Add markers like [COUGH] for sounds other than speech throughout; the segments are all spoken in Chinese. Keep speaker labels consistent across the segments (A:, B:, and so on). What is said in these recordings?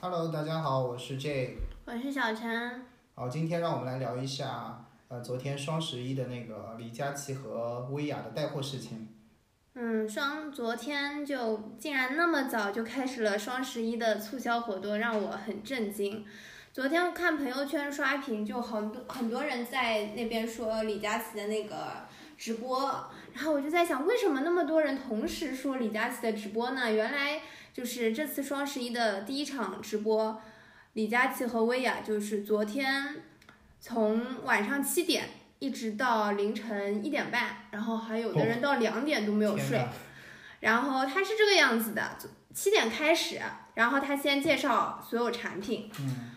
A: Hello，大家好，我是 J。
B: 我是小陈。
A: 好，今天让我们来聊一下，呃，昨天双十一的那个李佳琦和薇娅的带货事情。
B: 嗯，双昨天就竟然那么早就开始了双十一的促销活动，让我很震惊。昨天看朋友圈刷屏，就很多很多人在那边说李佳琦的那个直播，然后我就在想，为什么那么多人同时说李佳琦的直播呢？原来就是这次双十一的第一场直播，李佳琦和薇娅就是昨天从晚上七点一直到凌晨一点半，然后还有的人到两点都没有
A: 天
B: 睡。
A: 哪！
B: 然后它是这个样子的，七点开始，然后他先介绍所有产品。
A: 嗯，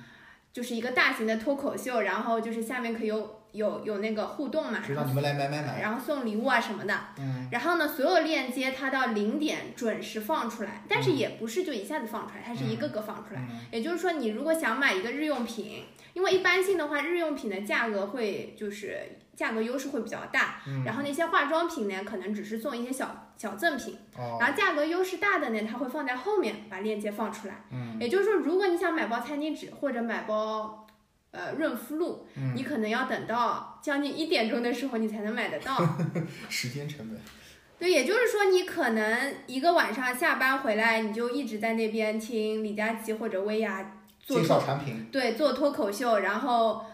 B: 就是一个大型的脱口秀，然后就是下面可有有有那个互动嘛，
A: 知道你们来买买买。
B: 然后送礼物啊什么的。
A: 嗯，
B: 然后呢，所有链接它到零点准时放出来，但是也不是就一下子放出来，它是一个个放出来。
A: 嗯
B: 也就是说，你如果想买一个日用品，因为一般性的话，日用品的价格会就是价格优势会比较大，
A: 嗯
B: 然后那些化妆品呢，可能只是送一些小小赠品。
A: 哦，
B: 然后价格优势大的呢，它会放在后面把链接放出来。
A: 嗯，
B: 也就是说，如果你想买包餐巾纸或者买包呃润肤露，
A: 嗯
B: 你可能要等到将近一点钟的时候你才能买得到。 [LAUGHS]
A: 时间成本。
B: 对，也就是说，你可能一个晚上下班回来，你就一直在那边听李佳琦或者薇娅做
A: 介绍产品。
B: 对，做脱口秀，然后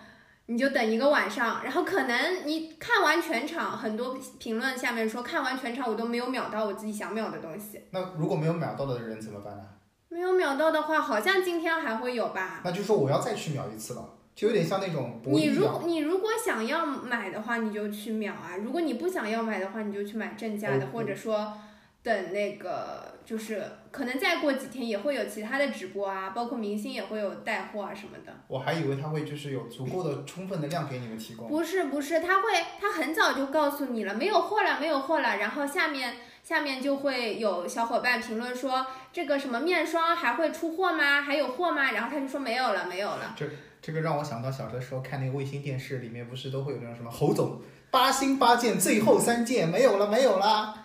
B: 你就等一个晚上，然后可能你看完全场，很多评论下面说看完全场我都没有秒到我自己想秒的东西，
A: 那如果没有秒到的人怎么办呢？
B: 没有秒到的话，好像今天还会有吧。
A: 那就说我要再去秒一次了，就有点像那种博
B: 你
A: 弈一
B: 如
A: 样。
B: 果你如果想要买的话，你就去秒啊；如果你不想要买的话，你就去买正价的，
A: 哦
B: 或者说等那个就是可能再过几天也会有其他的直播啊，包括明星也会有带货啊什么的。
A: 我还以为他会就是有足够的充分的量给你们提供。
B: 不是不是，他会他很早就告诉你了，没有货了，没有货了。然后下面下面就会有小伙伴评论说这个什么面霜还会出货吗？还有货吗？然后他就说没有了，没有了。
A: 这个让我想到小的时候看那个卫星电视，里面不是都会有那种什么侯总八星八件，最后三件没有了没有啦，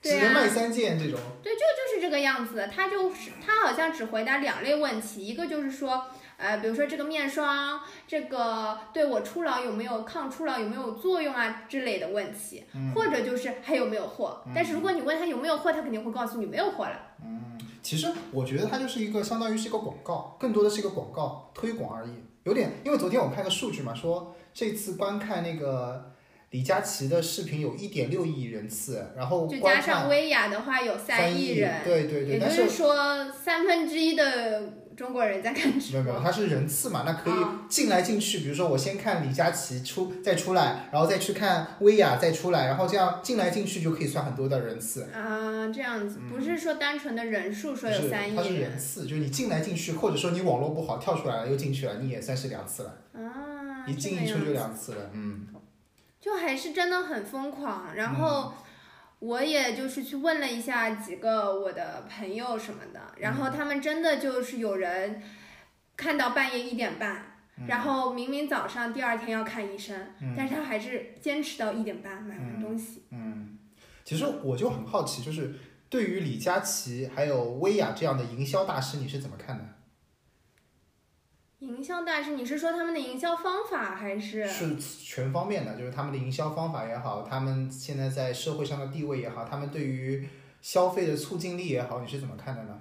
B: 对
A: 只
B: 啊
A: 能卖三件这种。
B: 对，就就是这个样子的。他就是他好像只回答两类问题，一个就是说，呃，比如说这个面霜，这个对我初老有没有抗初老有没有作用啊之类的问题，
A: 嗯
B: 或者就是还有没有货。但是如果你问他有没有货，他肯定会告诉你没有货了。
A: 嗯，其实我觉得它就是一个相当于是一个广告，更多的是一个广告推广而已。有点，因为昨天我看个数据嘛，说这次观看那个李佳琦的视频有一点六亿人次，然后
B: 就
A: 观
B: 加上
A: 看
B: 薇娅的话，有三
A: 亿
B: 亿人，
A: 对对对，
B: 嗯也就
A: 但是
B: 是说三分之一的中国人在看直
A: 没有没有，
B: 播。
A: 它是人次嘛，那可以进来进去。比如说，我先看李佳琦出，再出来，然后再去看薇娅，再出来，然后这样进来进去就可以算很多的人次。
B: 啊，这样子不是说单纯的人数
A: 嗯不
B: 说有
A: 是，
B: 三
A: 它
B: 亿
A: 是
B: 人
A: 人次，就是你进来进去，或者说你网络不好跳出来了又进去了，你也算是两次了，
B: 啊，
A: 一
B: 这
A: 进
B: 个
A: 一出
B: 样
A: 就
B: 子
A: 两次了。嗯，
B: 就还是真的很疯狂。然后我也就是去问了一下几个我的朋友什么的，然
A: 嗯
B: 后他们真的就是有人看到半夜一点
A: 嗯
B: 半。然后明明早上第二天要看医生，但是他还是坚持到一点半买完东西。
A: 嗯，其实我就很好奇，就是对于李佳琦还有薇娅这样的营销大师，你是怎么看的？
B: 营销大师，你是说他们的营销方法还是？
A: 是全方面的，就是他们的营销方法也好，他们现在在社会上的地位也好，他们对于消费的促进力也好，你是怎么看的呢？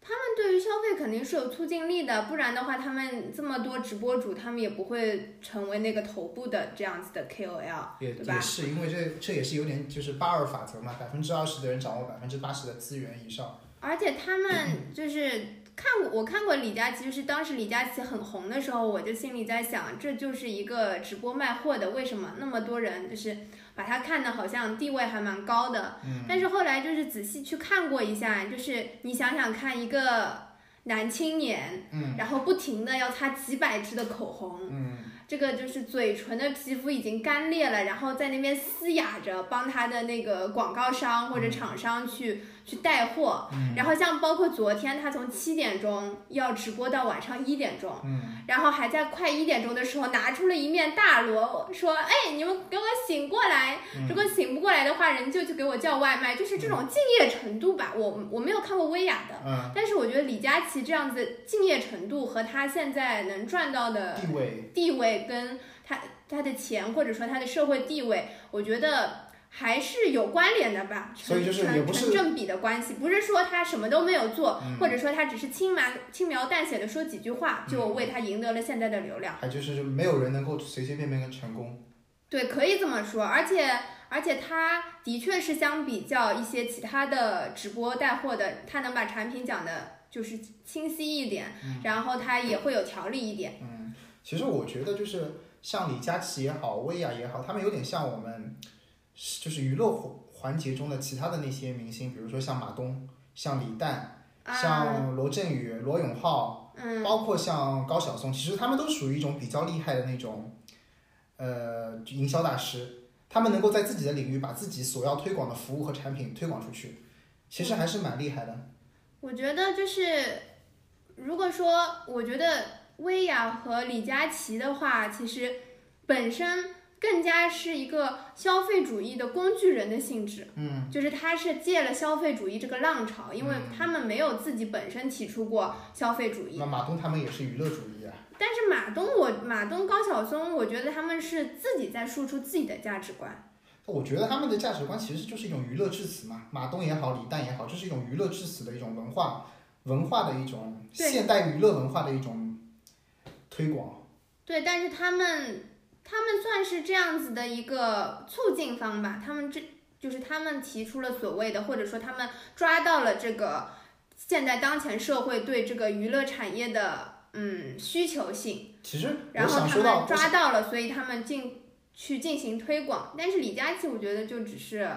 B: 他们对于消费肯定是有促进力的，不然的话，他们这么多直播主，他们也不会成为那个头部的这样子的 KOL，
A: 也
B: 对吧
A: 也是因为这这也是有点就是八二法则嘛，百分之二十的人掌握百分之八十的资源以上。
B: 而且他们就是看过，我看过李佳琦，就是当时李佳琦很红的时候，我就心里在想，这就是一个直播卖货的，为什么那么多人就是把他看的好像地位还蛮高的？
A: 嗯
B: 但是后来就是仔细去看过一下，就是你想想看，一个男青年，
A: 嗯
B: 然后不停的要擦几百支的口红，
A: 嗯，
B: 这个就是嘴唇的皮肤已经
A: 嗯
B: 干裂了，然后在那边嘶哑着帮他的那个广告商或者厂商去去带货，然后像包括昨天他从七点钟要直播到晚上一点钟，
A: 嗯，
B: 然后还在快一点钟的时候拿出了一面大锣，说：“哎，你们给我醒过来！
A: 嗯
B: 如果醒不过来的话，人就去给我叫外卖。”就是这种敬业程度吧，我我没有看过薇娅的，
A: 嗯，
B: 但是我觉得李佳琦这样子敬业程度和他现在能赚到的
A: 嗯地位，
B: 地位跟他他的钱或者说他的社会地位，我觉得还是有关联的吧，
A: 所以就是
B: 成
A: 也不是
B: 成正比的关系，不是说他什么都没有做，
A: 嗯
B: 或者说他只是轻描轻描淡写的说几句话，就为他赢得了现在的流量。
A: 还就是没有人能够随随便便的成功，
B: 对，可以这么说，而且。而且他的确是相比较一些其他的直播带货的，他能把产品讲的就是清晰一点，然后他也会有条理一点。
A: 嗯，其实我觉得就是像李佳琦也好，薇娅也好，他们有点像我们就是娱乐环环节中的其他的那些明星，比如说像马东、像李诞、
B: 啊，
A: 像罗振宇、罗永浩，
B: 嗯，
A: 包括像高晓松，其实他们都属于一种比较厉害的那种，呃，营销大师。他们能够在自己的领域把自己所要推广的服务和产品推广出去，其实还是蛮厉害的。
B: 我觉得就是，如果说我觉得薇娅和李佳琦的话，其实本身更加是一个消费主义的工具人的性质，
A: 嗯，
B: 就是他是借了消费主义这个浪潮，因为
A: 嗯
B: 他们没有自己本身提出过消费主义。
A: 那马东他们也是娱乐主义啊。
B: 但是马东我马东高晓松，我觉得他们是自己在输出自己的价值观。
A: 我觉得他们的价值观其实就是一种娱乐至死嘛，马东也好，李诞也好，就是一种娱乐至死的一种文化，文化的一种
B: 对
A: 现代娱乐文化的一种推广。
B: 对，但是他们他们算是这样子的一个促进方吧，他们这就是他们提出了所谓的，或者说他们抓到了这个现在当前社会对这个娱乐产业的嗯需求性，
A: 其实
B: 然
A: 我
B: 后
A: 想
B: 他
A: 说到，
B: 们
A: 我想
B: 抓到了，所以他们进去进行推广。但是李佳琦，我觉得就只是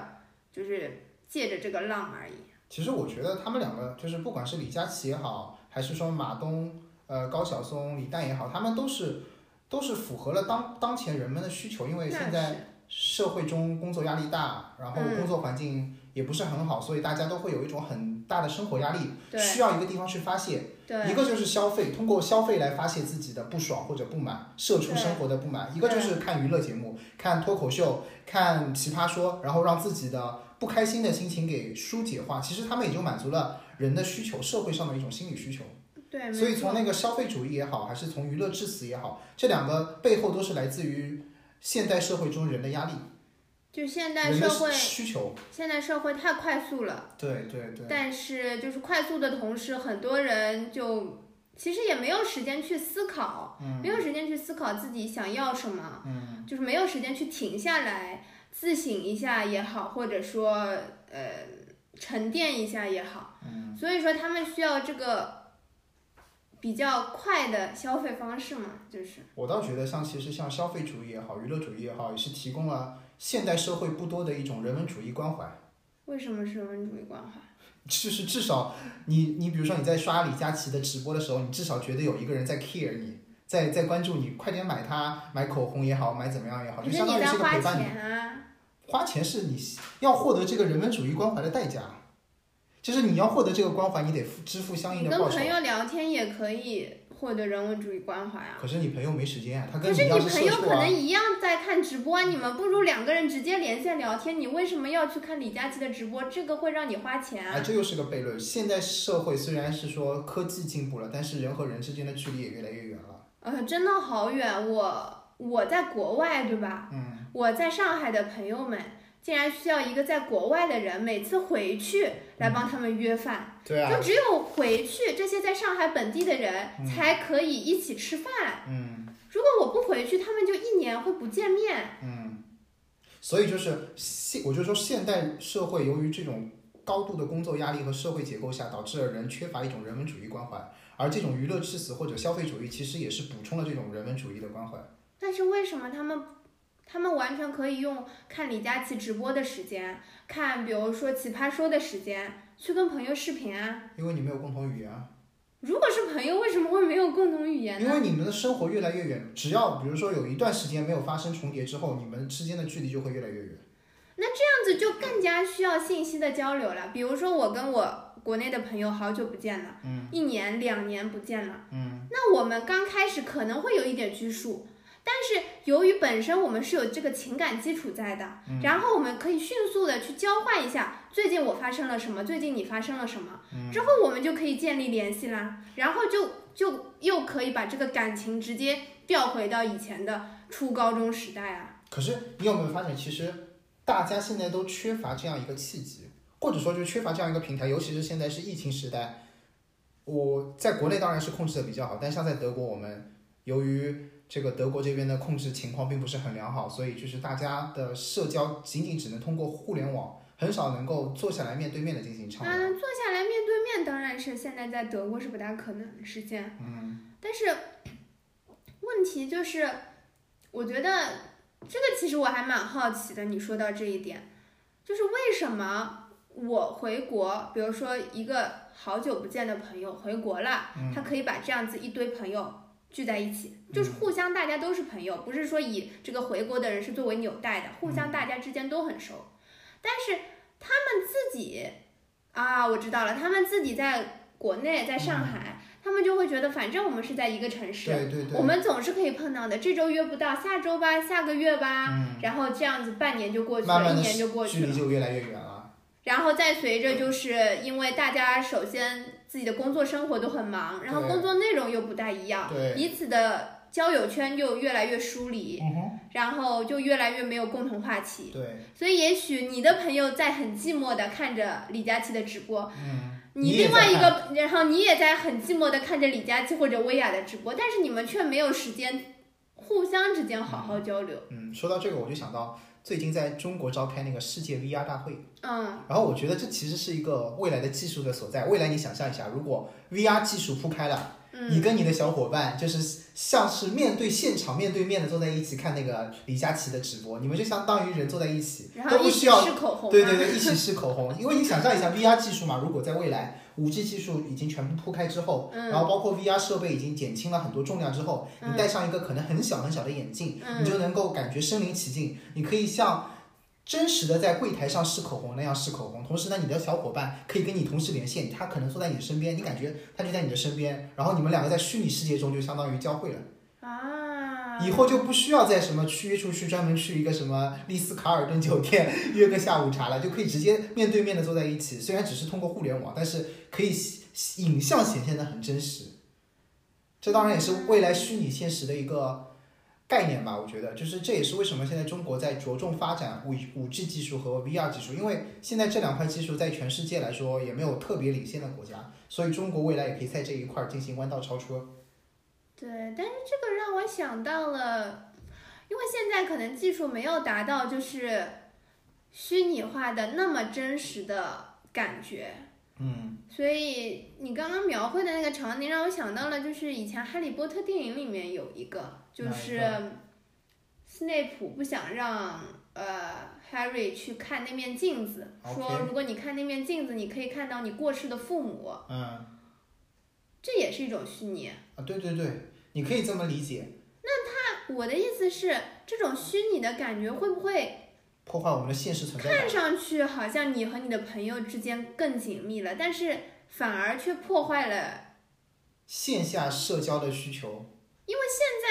B: 就是借着这个浪而已。
A: 其实我觉得他们两个，就是不管是李佳琦也好，还是说马东、呃高晓松、李诞也好，他们都是都是符合了当当前人们的需求，因为
B: 那
A: 现
B: 是
A: 在社会中工作压力大，然后
B: 嗯
A: 工作环境也不是很好，所以大家都会有一种很大的生活压力，
B: 对
A: 需要一个地方去发泄。一
B: 对
A: 个就是消费，通过消费来发泄自己的不爽或者不满，社畜生活的不满；一个就是看娱乐节目，看脱口秀，看奇葩说，然后让自己的不开心的心情给疏解化。其实他们已经满足了人的需求，社会上的一种心理需求。
B: 对，
A: 所
B: 哎没
A: 以从
B: 错
A: 那个消费主义也好，还是从娱乐至死也好，这两个背后都是来自于现代社会中人的压力、
B: 就现代
A: 人
B: 社
A: 的
B: 会，
A: 需求。
B: 现代社会太快速了。
A: 对对对。
B: 但是就是快速的同时，很多人就其实也没有时间去思考，
A: 嗯
B: 没有时间去思考自己想要什么，就是没有时间去停下来自省一下也好，或者说呃沉淀一下也好，
A: 嗯
B: 所以说他们需要这个比较快的消费方式嘛，就是
A: 我倒觉得像其实像消费主义也好，娱乐主义也好，也是提供了现代社会不多的一种人文主义关怀。
B: 为什么是人文主义关怀？
A: 就是至少你你比如说你在刷李佳琦的直播的时候，你至少觉得有一个人在 care 你，在在关注你，快点买它，买口红也好，买怎么样也好，
B: 可
A: 就是相
B: 你
A: 当于
B: 在
A: 是一个
B: 花
A: 陪伴你。
B: 钱啊，
A: 花钱是你要获得这个人文主义关怀的代价，就是你要获得这个关怀，你得付支付相应
B: 你
A: 的
B: 跟
A: 报酬
B: 朋。友聊天也可以获得人文主义关怀啊。
A: 可是你朋友没时间啊，他跟
B: 可是
A: 一
B: 你
A: 样是
B: 朋
A: 社
B: 友
A: 畜
B: 可能
A: 啊。
B: 一样在看直播，啊你们不如两个人直接连线聊天。你为什么要去看李佳琦的直播？这个会让你花钱
A: 哎，
B: 啊。
A: 这又是个悖论。现代社会虽然是说科技进步了，但是人和人之间的距离也越来越远了。
B: 呃，真的好远，我我在国外对吧？
A: 嗯，
B: 我在上海的朋友们竟然需要一个在国外的人每次回去来帮他们约
A: 嗯
B: 饭，
A: 对啊，
B: 就只有回去这些在上海本地的人
A: 嗯
B: 才可以一起吃饭。
A: 嗯
B: 如果我不回去，他们就一年会不见面。
A: 嗯，所以就是现，我就说现代社会由于这种高度的工作压力和社会结构下，导致了人缺乏一种人文主义关怀，而这种娱乐至死或者消费主义，其实也是补充了这种人文主义的关怀。
B: 但是为什么他们他们完全可以用看李佳琦直播的时间，看比如说奇葩说的时间，去跟朋友视频啊？
A: 因为你没有共同语言啊，
B: 如果是朋友，为什么会没有共同语言
A: 因为
B: 呢？
A: 你们的生活越来越远，只要比如说有一段时间没有发生重叠之后，你们之间的距离就会越来越远。
B: 那这样子就更加需要信息的交流了。比如说，我跟我国内的朋友好久不见了，
A: 嗯
B: 一年、两年不见了，
A: 嗯，
B: 那我们刚开始可能会有一点拘束，但是由于本身我们是有这个情感基础在的，
A: 嗯
B: 然后我们可以迅速的去交换一下，最近我发生了什么，最近你发生了什么，
A: 嗯
B: 之后我们就可以建立联系啦，然后就就又可以把这个感情直接调回到以前的初高中时代啊。
A: 可是你有没有发现，其实大家现在都缺乏这样一个契机，或者说就缺乏这样一个平台，尤其是现在是疫情时代。我在国内当然是控制的比较好，但像在德国，我们由于这个德国这边的控制情况并不是很良好，所以就是大家的社交仅仅只能通过互联网，很少能够坐下来面对面的进行畅聊。
B: 嗯，坐下来面对面当然是现在在德国是不大可能实现。
A: 嗯
B: 但是问题就是，我觉得这个其实我还蛮好奇的。你说到这一点，就是为什么我回国，比如说一个好久不见的朋友回国了，
A: 嗯
B: 他可以把这样子一堆朋友。聚在一起，就是互相大家都是朋友，不是说以这个回国的人是作为纽带的，互
A: 嗯
B: 相大家之间都很熟。但是他们自己啊，我知道了，他们自己在国内，在上海，他们就会觉得反正我们是在一个城市，
A: 嗯对对对，
B: 我们总是可啊以碰到的，这周约不到，下周吧，下个月吧，
A: 嗯，
B: 然后这样子半年就过去了，
A: 慢慢
B: 一
A: 的
B: 年就过去
A: 距
B: 了
A: 离。就越来越远了。
B: 然后再随着，就是因为大家首先自己的工作生活都很忙，然后
A: 对
B: 工作内容又不大一样，
A: 对，
B: 彼此的交友圈又越来越疏离，
A: 嗯哼，
B: 然后就越来越没有共同话题。
A: 对，
B: 所以也许你的朋友在很寂寞的看着李佳琦的直播，
A: 嗯，
B: 你
A: 也
B: 另外
A: 在
B: 一
A: 看
B: 个，然后你也在很寂寞的看着李佳琦或者薇娅的直播，但是你们却没有时间互相之间好好交流。
A: 嗯，说到这个，我就想到最近在中国召开那个世界 VR 大会，
B: 嗯，
A: 然后我觉得这其实是一个未来的技术的所在。未来你想象一下，如果 VR 技术铺开了，你
B: 嗯，
A: 跟你的小伙伴就是像是面对现场、面对面的坐在一起看那个李佳琦的直播，你们就相当于人坐在一起，
B: 然
A: 都
B: 后
A: 不
B: 一
A: 需
B: 起
A: 要
B: 试口红、啊，
A: 对对对，一起试口红。因为你想象一下 VR 技术嘛，如果在未来 5G 技术已经全部铺开之后，
B: 嗯
A: 然后包括 VR 设备已经减轻了很多重量之后，
B: 嗯
A: 你戴上一个可能很小很小的眼镜，
B: 嗯
A: 你就能够感觉身临其境。你可以像真实的在柜台上试口红那样试口红，同时呢，你的小伙伴可以跟你同时连线，他可能坐在你身边，你感觉他就在你的身边，然后你们两个在虚拟世界中就相当于交汇了。
B: 啊，
A: 以后就不需要再什么去约出去专门去一个什么丽思卡尔顿酒店 [LAUGHS] 约个下午茶了，就可以直接面对面的坐在一起。虽然只是通过互联网，但是可以影像显现的很真实。这当然也是未来虚拟现实的一个概念吧，我觉得，就是这也是为什么现在中国在着重发展五五 G 技术和 VR 技术，因为现在这两块技术在全世界来说也没有特别领先的国家，所以中国未来也可以在这一块儿进行弯道超车。
B: 对，但是这个让我想到了，因为现在可能技术没有达到就是虚拟化的那么真实的感觉，
A: 嗯，
B: 所以你刚刚描绘的那个场景让我想到了，就是以前《哈利波特》电影里面有一个，就
A: 哪一
B: 是
A: 个
B: 斯内普不想让呃 Harry 去看那面镜子，说
A: OK
B: 如果你看那面镜子，你可以看到你过世的父母，
A: 嗯。
B: 这也是一种虚拟。
A: 啊，对对对，你可以这么理解，
B: 那我的意思是，这种虚拟的感觉会不会
A: 破坏我们的现实存在
B: 看
A: 感。
B: 上去好像你和你的朋友之间更紧密了，但是反而却破坏了
A: 线下社交的需求，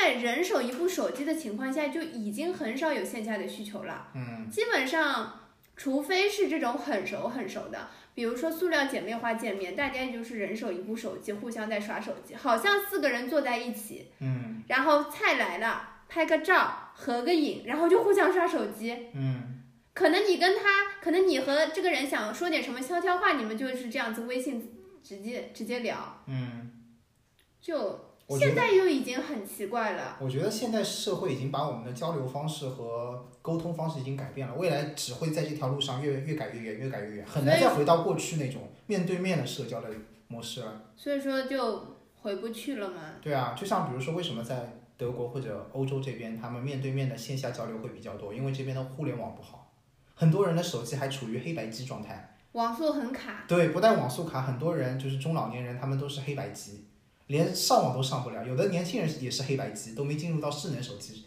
B: 在人手一部手机的情况下，就已经很少有线下的需求了。
A: 嗯，
B: 基本上，除非是这种很熟很熟的，比如说塑料姐妹花见面，大家就是人手一部手机，互相在刷手机，好像四个人坐在一起，
A: 嗯
B: 然后菜来了，拍个照，合个影，然后就互相刷手机。
A: 嗯，
B: 可能你跟他，可能你和这个人想说点什么悄悄话，你们就是这样子微信直接直接聊，
A: 嗯，
B: 就
A: 我觉
B: 现
A: 得
B: 在又已经很奇怪了。
A: 我觉得现在社会已经把我们的交流方式和沟通方式已经改变了，未来只会在这条路上越越改越远，越改越远，很难
B: 所以
A: 再回到过去那种面对面的社交的模式了。
B: 所以说就回不去了嘛。
A: 对啊，就像比如说，为什么在德国或者欧洲这边，他们面对面的线下交流会比较多？因为这边的互联网不好，很多人的手机还处于黑白机状态。
B: 网速很卡，
A: 对，不但网速卡，很多人就是中老年人，他们都是黑白机，连上网都上不了。有的年轻人也是黑白机，都没进入到智能手机，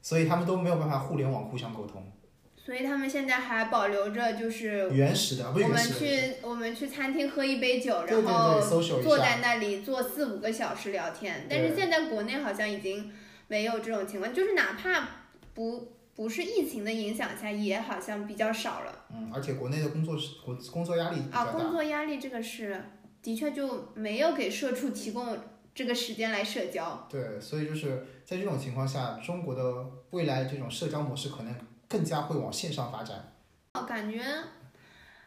A: 所以他们都没有办法互联网互相沟通。
B: 所以他们现在还保留着就是
A: 原始的不是
B: 呃我
A: 原
B: 们
A: 始的，
B: 去我们去餐厅喝一杯酒，
A: 对对
B: 然后
A: 对，搜索一
B: 坐
A: 下，
B: 在那里坐四五个小时聊天。但是
A: 对
B: 现在国内好像已经没有这种情况，就是哪怕不不是疫情的影响下，也好像比较少了
A: 嗯，而且国内的工作是工工作压力比
B: 啊。
A: 较
B: 工
A: 大，
B: 作压力这个是的确就没有给社畜提供这个时间来社交。
A: 对，所以就是在这种情况下，中国的未来这种社交模式可能更加会往线上发展。
B: 哦，感觉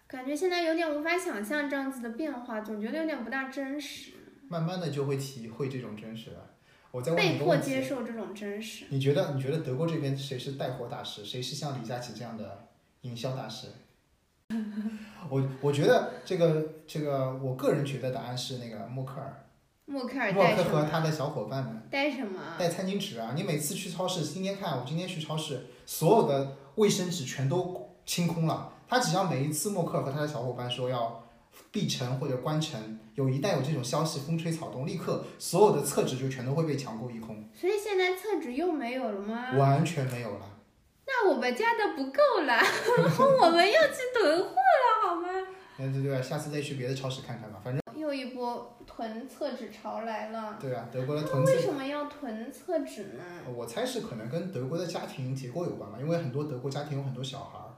B: 感觉现在有点无法想象这样子的变化，总觉得有点不大真实，
A: 慢慢的就会体会这种真实了。我再问你
B: 被
A: 一个
B: 迫
A: 问题
B: 接受这种真实。
A: 你觉得你觉得德国这边谁是带货大师，谁是像李佳琦这样的营销大师？ [LAUGHS] 我我觉得这个这个，我个人觉得答案是那个默克尔，
B: 默克尔
A: 默
B: 带
A: 克
B: 什
A: 尔和
B: 么？
A: 他的小伙伴们
B: 带什么？
A: 带餐巾纸啊！你每次去超市，今天看我今天去超市，所有的卫生纸全都清空了。他只要每一次默克尔和他的小伙伴说要闭城或者关城，有一旦有这种消息风吹草动，立刻所有的厕纸就全都会被抢购一空，
B: 所以现在厕纸又没有了吗？
A: 完全没有了。
B: 那我们家的不够
A: [LAUGHS]
B: 了，我们要去囤货了，好吗？
A: 嗯，对对啊，下次再去别的超市看看吧。反正
B: 又一波囤厕纸潮来了。
A: 对啊，德国的
B: 那
A: 囤
B: 为
A: 积，
B: 什么要囤厕纸呢？
A: 我猜是可能跟德国的家庭结构有关吧，因为很多德国家庭有很多小孩儿。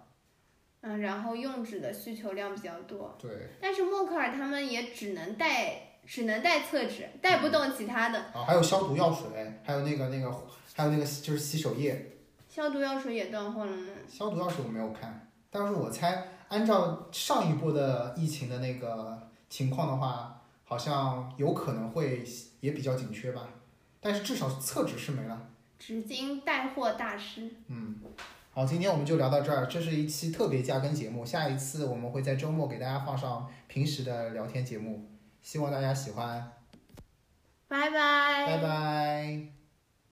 B: 嗯，然后用纸的需求量比较多，
A: 对，
B: 但是默克尔他们也只能带，只能带厕纸，带不动其他的。
A: 啊，还有消毒药水，还有那个那个，还有那个就是洗手液。
B: 消毒药水也断货了吗？
A: 消毒药水我没有看，但是我猜按照上一波的疫情的那个情况的话，好像有可能会也比较紧缺吧。但是至少厕纸是没了。
B: 纸巾带货大师，
A: 嗯，好，今天我们就聊到这儿，这是一期特别加更节目，下一次我们会在周末给大家放上平时的聊天节目，希望大家喜欢，
B: 拜
A: 拜拜。